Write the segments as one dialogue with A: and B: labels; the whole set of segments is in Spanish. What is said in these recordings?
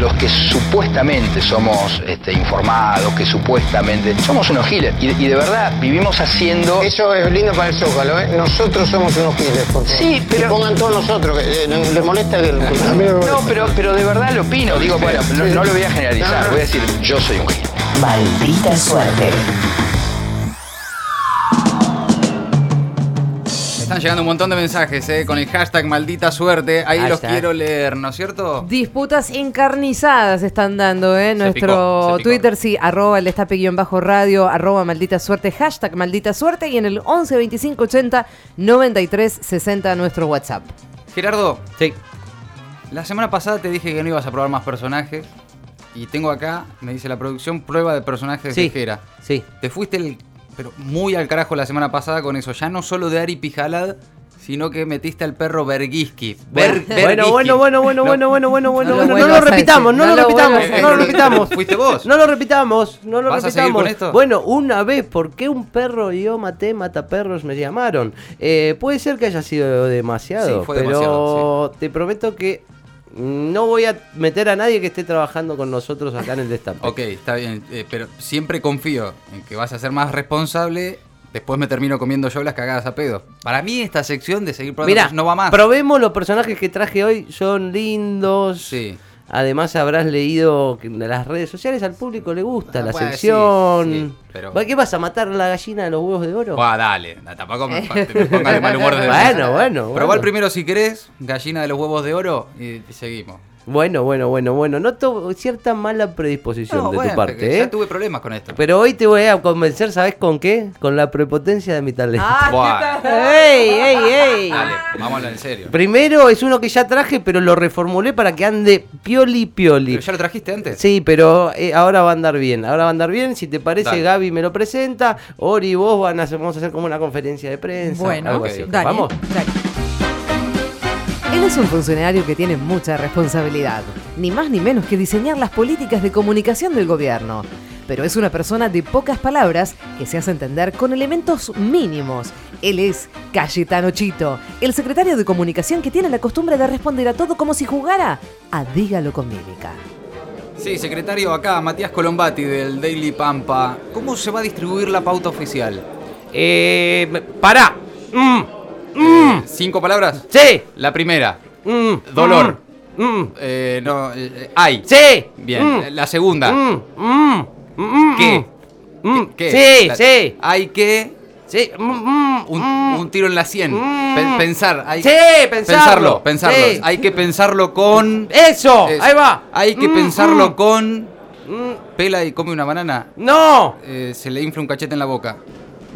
A: los que supuestamente somos este, informados, que supuestamente somos unos giles. Y, y de verdad vivimos haciendo...
B: Eso es lindo para el Zócalo, ¿eh? Nosotros somos unos giles. Por favor.
A: Sí, pero-
B: Que pongan todos nosotros, que eh, les molesta que...
A: No, pero, pero de verdad lo opino. Digo, bueno, no, no lo voy a generalizar. Voy a decir, yo soy un gil.
C: Maldita suerte.
D: Están llegando un montón de mensajes ¿eh? con el hashtag maldita suerte. Ahí los
E: Hashtag.
D: quiero leer, ¿no es cierto?
E: Disputas encarnizadas están dando, ¿eh?
D: Se
E: Nuestro
D: picó, se picó.
E: Twitter, sí, arroba el destape guión bajo radio, arroba maldita suerte, hashtag maldita suerte y en el 11 25 80 93 60 nuestro WhatsApp.
D: Gerardo,
F: Sí.
D: la semana pasada te dije que no ibas a probar más personajes. Y tengo acá, me dice la producción, prueba de personajes
F: Sí.
D: de Gera.
F: Sí.
D: Te fuiste el- pero muy al carajo la semana pasada con eso. Ya no solo de Ari Pijalad, sino que metiste al perro Bergiski. Ber-
F: Bueno,
D: Bergiski.
F: bueno,
D: No, Eh,
F: bueno, bueno, bueno, bueno, bueno, bueno,
E: lo
F: bueno. No
E: vuelvas
F: lo
E: a
F: repitamos,
E: decir.
F: no
E: No
F: lo
E: lo
F: repitamos,
E: vuelvas a
F: no lo
E: decir.
F: repitamos.
D: Fuiste vos.
F: No lo repitamos, no lo
D: ¿Vas a seguir
F: repitamos.
D: con esto?
F: Bueno, una vez, ¿por qué un perro y yo maté mataperros me llamaron? Eh, puede ser que haya sido demasiado,
D: Sí, fue
F: pero
D: demasiado,
F: te prometo que no voy a meter a nadie que esté trabajando con nosotros acá en el destape.
D: Ok, está bien, eh, pero siempre confío en que vas a ser más responsable. Después me termino comiendo yo las cagadas a pedo. Para mí esta sección de seguir probando
F: Mirá,
D: cosas no va más.
F: probemos los personajes que traje hoy, son lindos.
D: Sí.
F: Además habrás leído que en las redes sociales al público le gusta
D: Ah,
F: la
D: bueno, sí,
F: sección.
D: sí, pero-
F: ¿Va- ¿Qué vas a matar la gallina de los huevos de oro?
D: Buah, dale, na- tampoco me, pa- te me pongas de mal humor desde el
F: Bueno,
D: principio.
F: bueno,
D: Probá
F: bueno.
D: el primero si querés, gallina de los huevos de oro y y seguimos.
F: Bueno, bueno, bueno, bueno. Noto cierta mala predisposición de
D: bueno,
F: tu
D: porque
F: parte,
D: ya
F: ¿eh?
D: tuve problemas con esto.
F: Pero hoy te voy a convencer, ¿sabes con qué? Con la prepotencia de mi talento.
D: Buah,
F: Ah. ¡Ey, ey, ey!
D: dale, vámonos en serio.
F: Primero es uno que ya traje, pero lo reformulé para que ande pioli pioli.
D: Pero ya lo trajiste antes.
F: Sí, pero eh, ahora va a andar bien. Ahora va a andar bien. Si te parece,
D: Dale.
F: Gaby me lo presenta. Ori y vos van a hacer- vamos a hacer como una conferencia de prensa.
E: Bueno,
F: algo así.
E: dale,
F: Vamos.
E: dale. Él es un funcionario que tiene mucha responsabilidad, ni más ni menos que diseñar las políticas de comunicación del gobierno. Pero es una persona de pocas palabras que se hace entender con elementos mínimos. Él es Cayetano Chito, el secretario de comunicación que tiene la costumbre de responder a todo como si jugara a dígalo con mímica.
D: Sí, secretario, acá Matías Colombati del Daily Pampa. ¿Cómo se va a distribuir la pauta oficial?
F: Eh, me- pará. Mm,
D: ¿Cinco palabras?
F: sí.
D: La primera,
F: Mm,
D: Dolor.
F: mm, mm,
D: Eh, no, eh, eh, hay.
F: sí.
D: Bien.
F: Mm,
D: La segunda.
F: mm, mm, mm,
D: ¿Qué?
F: mm,
D: ¿Qué?
F: Sí,
D: La-
F: sí.
D: Hay que.
F: Sí. mm, mm,
D: Un,
F: mm.
D: un tiro en la sien.
F: Mm.
D: Pe- pensar. Hay,
F: Sí, pensarlo.
D: Pensarlo, pensarlo.
F: Sí.
D: Hay que pensarlo con.
F: Eso.
D: Es-
F: Ahí va.
D: Hay que
F: Mm,
D: pensarlo
F: mm,
D: con.
F: mm.
D: Pela y come una banana.
F: No.
D: Eh, se le infla un cachete en la boca.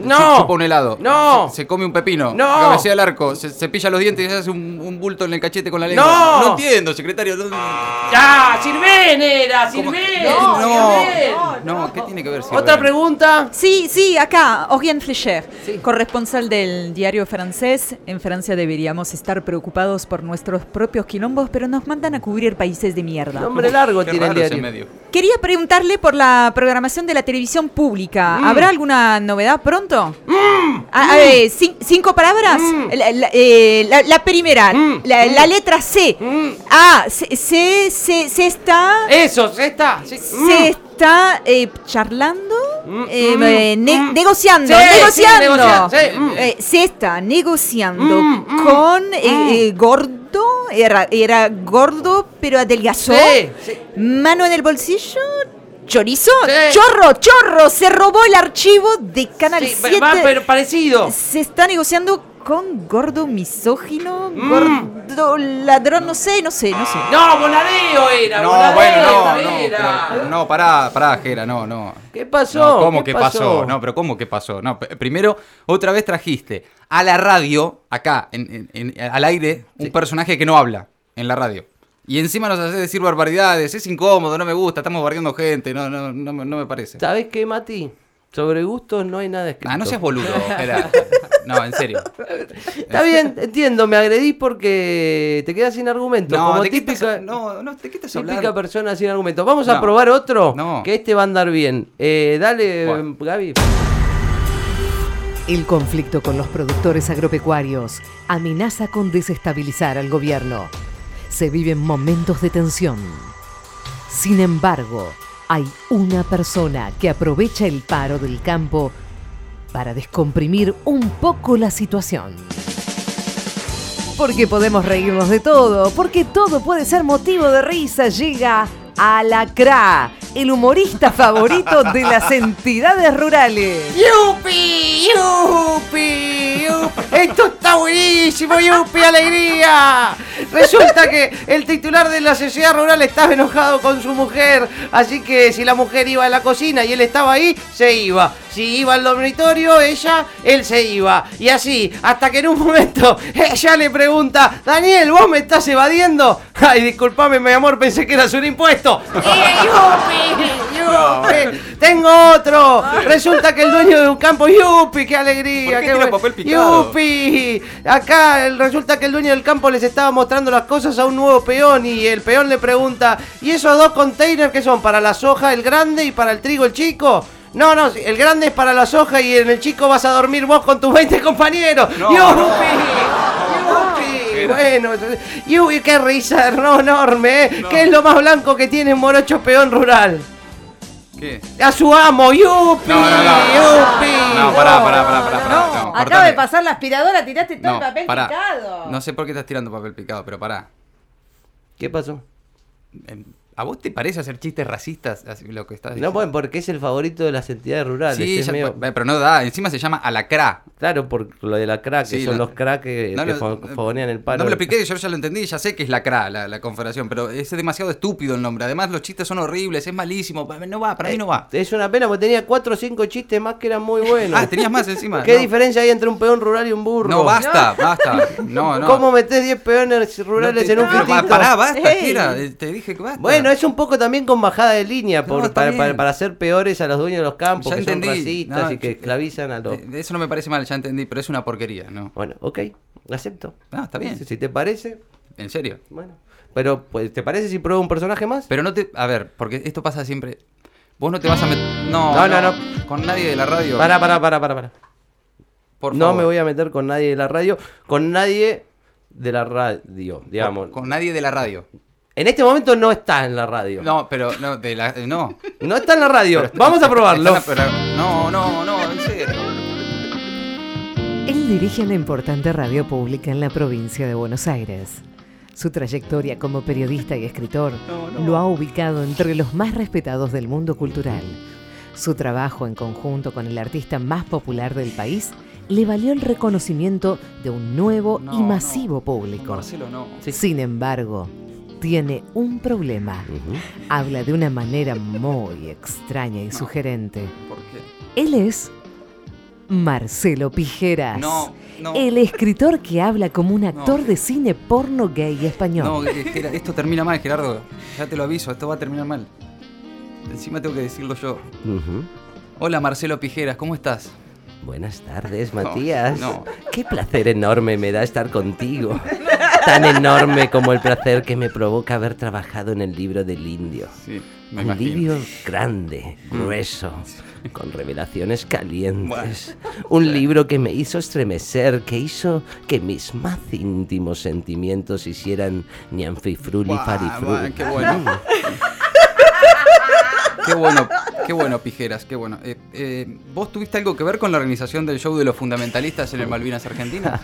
F: No.
D: Chupa un helado.
F: No.
D: Se, se come un pepino.
F: No.
D: Cabecea el arco. Se, se pilla los dientes y se hace un, un bulto en el cachete con la lengua.
F: No.
D: entiendo, secretario. No,
F: ¡Ya! ¡Sirven era!
D: ¿Cómo que-
F: ¡Sirven!
D: no,
F: Sirven.
D: no, no, ¿qué tiene que ver?
F: ¿Otra
D: Silvana?
F: pregunta?
G: Sí, sí, acá, Orient Flecher, corresponsal del diario francés. En Francia deberíamos estar preocupados por nuestros propios quilombos, pero nos mandan a cubrir países de mierda.
F: Nombre largo
D: Ah, Qué
F: tiene el
D: raro ese
F: diario.
D: medio.
G: Quería preguntarle por la programación de la televisión pública. ¿Habrá alguna novedad pronto? A- a ver, cin- ¿Cinco palabras? La, la- eh, la- la primera, la, la letra C. Ah, se, se- se- se está...
F: Eso, esta. Sí. Mm.
G: Se está eh, charlando,
F: Mm,
G: eh,
F: mm,
G: eh, ne-
F: mm.
G: negociando,
F: Sí, sí,
G: negociando.
F: negociando, sí, mm.
G: Eh, se está negociando
F: Mm, mm,
G: con eh, eh, Gordo, era, era gordo pero adelgazó.
F: Sí, sí.
G: Mano en el bolsillo, chorizo,
F: Sí.
G: chorro, chorro, se robó el archivo de Canal
F: Sí, va-
G: 7.
F: va, pero parecido.
G: Se está negociando con gordo misógino,
F: Mm.
G: gordo ladrón, no sé, no sé, no sé.
F: No, Bonadeo era.
D: No,
F: Bonadeo
D: bueno, no, no,
F: era.
D: pero- no, pará, pará, Jera, no, no.
F: ¿Qué pasó?
D: No, ¿Cómo
F: ¿Qué
D: que pasó?
F: pasó?
D: No, pero ¿cómo que pasó? No, p- primero, otra vez trajiste a la radio, acá, en- en- en- al aire, un personaje que no habla en la radio. Y encima nos hace decir barbaridades, es incómodo, no me gusta, estamos barriendo gente, no, no, no, me- no me parece.
F: ¿Sabes qué, Mati? Sobre gustos no hay nada escrito.
D: Ah, no seas boludo, Jera. No, en serio.
F: Está bien, entiendo, me agredís porque te quedas sin argumentos.
D: No,
F: como
D: ¿de qué estás-
F: típica,
D: no, no, ¿de qué estás
F: típica
D: hablando?
F: persona sin argumentos. Vamos a
D: No.
F: probar otro,
D: No.
F: que este va a andar bien. Eh, dale,
D: Bueno.
F: Gaby.
E: El conflicto con los productores agropecuarios amenaza con desestabilizar al gobierno. Se viven momentos de tensión. Sin embargo, hay una persona que aprovecha el paro del campo para descomprimir un poco la situación. Porque podemos reírnos de todo, porque todo puede ser motivo de risa, llega Alacrá, el humorista favorito de las entidades rurales.
H: ¡Yupi! ¡Yupi! ¡Yupi! ¡Esto está buenísimo! ¡Yupi! ¡Alegría! Resulta que el titular de la sociedad rural estaba enojado con su mujer, así que si la mujer iba a la cocina y él estaba ahí, se iba. Si iba al dormitorio, ella, él se iba. Y así, hasta que en un momento ella le pregunta, Daniel, ¿vos me estás evadiendo? Ay, disculpame, mi amor, pensé que eras un impuesto. ¡Eh, yupi! ¡Yupi! ¡Tengo otro! Resulta que el dueño de un campo, ¡yupi! ¡Qué alegría!
D: ¿Por qué tira
H: bueno!
D: papel picado?
H: ¡Yupi! Acá el- resulta que el dueño del campo les estaba mostrando las cosas a un nuevo peón y el peón le pregunta, ¿y esos dos containers que son? ¿Para la soja el grande y para el trigo el chico? No, no, el grande es para la soja y en el chico vas a dormir vos con tus 20 compañeros.
D: No,
H: ¡Yupi!
D: no.
H: ¡Yupi! Bueno, ¡yupi! ¡Qué risa no, enorme! ¿eh? ¿Qué es lo más blanco que tiene un morocho peón rural?
D: ¿Qué?
H: A su amo, ¡yupi!
D: No, no, no.
H: ¡Yupi!
D: No, pará, pará, pará, pará. pará. No,
G: Acaba
D: cortame.
G: de pasar la aspiradora, tiraste todo
D: No,
G: el papel
D: pará.
G: picado.
D: No sé por qué estás tirando papel picado, pero pará.
F: ¿Qué pasó?
D: Eh, ¿A vos te parece hacer chistes racistas así, lo que estás diciendo?
F: No, bueno, porque es el favorito de las entidades rurales.
D: Sí,
F: es
D: ya-
F: Ah, medio-
D: eh, pero no da. Encima se llama alacrá.
F: Claro, por lo de la crack, que
D: Sí,
F: son
D: no-
F: los crack que,
D: no
F: que
D: lo-
F: fa- fogonean el paro.
D: No me lo expliqué, yo ya lo entendí, ya sé que es lacra la, la confederación, pero es demasiado estúpido el nombre. Además, los chistes son horribles, es malísimo. pa- No va, para mí no va.
F: Es una pena porque tenía cuatro o cinco chistes más que eran muy buenos.
D: Ah, tenías más encima.
F: Eh, ¿Qué
D: no.
F: diferencia hay entre un peón rural y un burro?
D: No, basta, basta. No, no.
F: ¿Cómo metés 10 peones
D: No
F: rurales
D: te-
F: en un
D: pero pa-
F: fitito?
D: Pará, basta,
G: Ey.
D: Kira, eh, te dije que basta.
F: Bueno, es un poco también con bajada de línea por-
D: No, está
F: para,
D: bien.
F: para- para hacer peores a los dueños de los campos
D: Ya
F: que
D: entendí.
F: son racistas
D: No,
F: y que
D: yo-
F: esclavizan a los.
D: Eh, Eso no me parece mal, ya entendí, pero es una porquería, ¿no?
F: Bueno, ok, acepto.
D: No, está bien.
F: Si, si te parece,
D: En serio.
F: bueno. Pero, pues, ¿te parece si pruebo un personaje más?
D: Pero no te. A ver, porque esto pasa siempre. Vos no te vas a meter. No,
F: No, no,
D: Con nadie de la radio.
F: Para, para, para, para, para.
D: por
F: no
D: favor.
F: me voy a meter con nadie de la radio, con nadie de la radio, digamos.
D: Con nadie de la radio.
F: En este momento no está en la radio. No,
D: No, pero. No, de la. eh, No.
F: está en la radio. Vamos a probarlo.
D: Están a- pero- No, no, no, en serio.
E: Él dirige una importante radio pública en la provincia de Buenos Aires. Su trayectoria como periodista y escritor lo ha ubicado entre los más respetados del mundo cultural. Su trabajo en conjunto con el artista más popular del país le valió el reconocimiento de un nuevo
D: No,
E: y
D: no.
E: masivo público.
D: Marcelo, no.
E: Sin embargo, tiene un problema. Habla de una manera muy extraña y sugerente.
D: ¿Por qué?
E: Él es Marcelo Pijeras.
D: No, no.
E: El escritor que habla como un actor
D: No.
E: de cine porno gay español.
D: No, eh, Gerard, esto termina mal, Gerardo. Ya te lo aviso, esto va a terminar mal. Encima tengo que decirlo yo.
F: Ujú.
D: Hola Marcelo Pijeras, ¿cómo estás?
F: Buenas tardes, Matías.
D: no.
F: Qué placer enorme me da estar contigo. Tan enorme como el placer que me provoca haber trabajado en el libro del indio.
D: Sí, me Mm.
F: Un libro grande, grueso, con revelaciones calientes. Un libro que me hizo estremecer, que hizo que mis más íntimos sentimientos hicieran ñanfifruli farifruli.
D: qué bueno. Qué bueno, qué bueno, Pijeras, qué bueno. Eh, eh, ¿Vos tuviste algo que ver con la organización del show de los fundamentalistas en el Malvinas Argentina?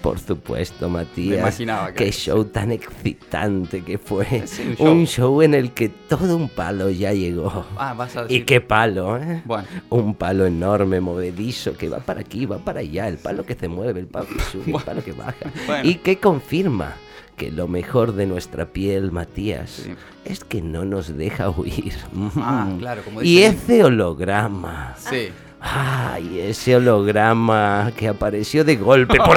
F: Por supuesto, Matías.
D: Me imaginaba que-
F: Qué show tan excitante que fue.
D: Sí, un show.
F: un, show. en el que todo un palo ya llegó.
D: Ah, vas a decir.
F: y qué palo, ¿eh?
D: Bueno.
F: Un palo enorme, movedizo, que va para aquí, va para allá. El palo que se mueve, el palo que sube, el palo que baja.
D: Bueno.
F: Y que confirma que lo mejor de nuestra piel, Matías,
D: Sí.
F: es que no nos deja huir. Mm.
D: Ah, claro, como
F: Y
D: dice-
F: ese holograma.
D: Sí.
F: Ay, ese holograma que apareció de golpe por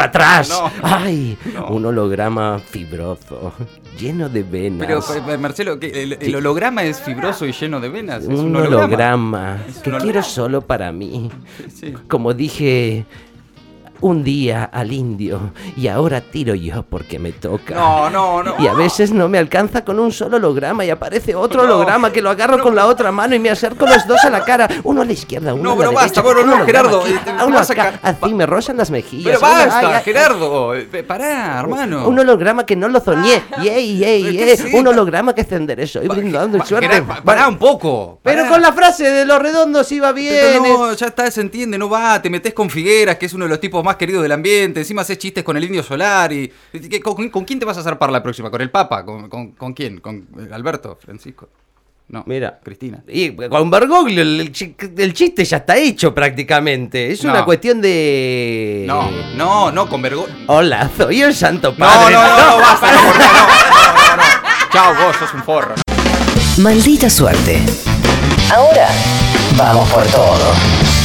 F: atrás.
D: no.
F: Ay, un holograma fibroso, lleno de venas.
D: Pero, eh, Marcelo, ¿qué? el, el holograma es fibroso y lleno de venas. Es
F: un, holograma, que quiero solo para mí.
D: Sí.
F: Como dije un día al indio y ahora tiro yo porque me toca.
D: No, no, no.
F: Y a veces no me alcanza con un solo holograma y aparece otro holograma que lo agarro con la otra mano y me acerco los dos a la cara. Uno a la izquierda, uno
D: No,
F: a la
D: pero
F: derecha.
D: basta, bueno,
F: un
D: no,
F: holograma
D: Gerardo,
F: aquí,
D: eh, te-
F: a uno
D: vas a
F: acá.
D: ca-
F: Así me rozan las mejillas.
D: Pero
F: uno- ay,
D: basta,
F: ay,
D: Gerardo. eh, Pará, hermano.
F: un holograma que no lo soñé. Yey, yey,
D: ¿Qué
F: yey.
D: Ah. es
F: Un
D: esto?
F: holograma que extenderé. Soy brindando y
D: Pa-
F: suerte.
D: Gerardo, pa- Pará un poco.
H: Pero
D: pará.
H: con la frase de los redondos iba bien.
D: Pero no, ya está, se entiende, no va, te metes con Figueras, que es uno de los tipos más queridos del ambiente, encima haces chistes con el indio solar y... ¿qué- ¿Con, con quién te vas a zarpar la próxima? ¿Con el Papa? ¿Con, con- con quién? ¿Con eh, Alberto? ¿Francisco? No,
F: Mira. Eh,
D: Cristina.
F: Y con Bergoglio el, chi- el chiste ya está hecho prácticamente. Es
D: No.
F: una cuestión de...
D: No, no, no, con Vergo...
F: Hola, soy el Santo
D: No, no,
F: Padre.
D: no, no, basta, no, por favor, no, no, no, no. Chao, vos sos un forro.
C: Maldita suerte. Ahora, vamos por todo.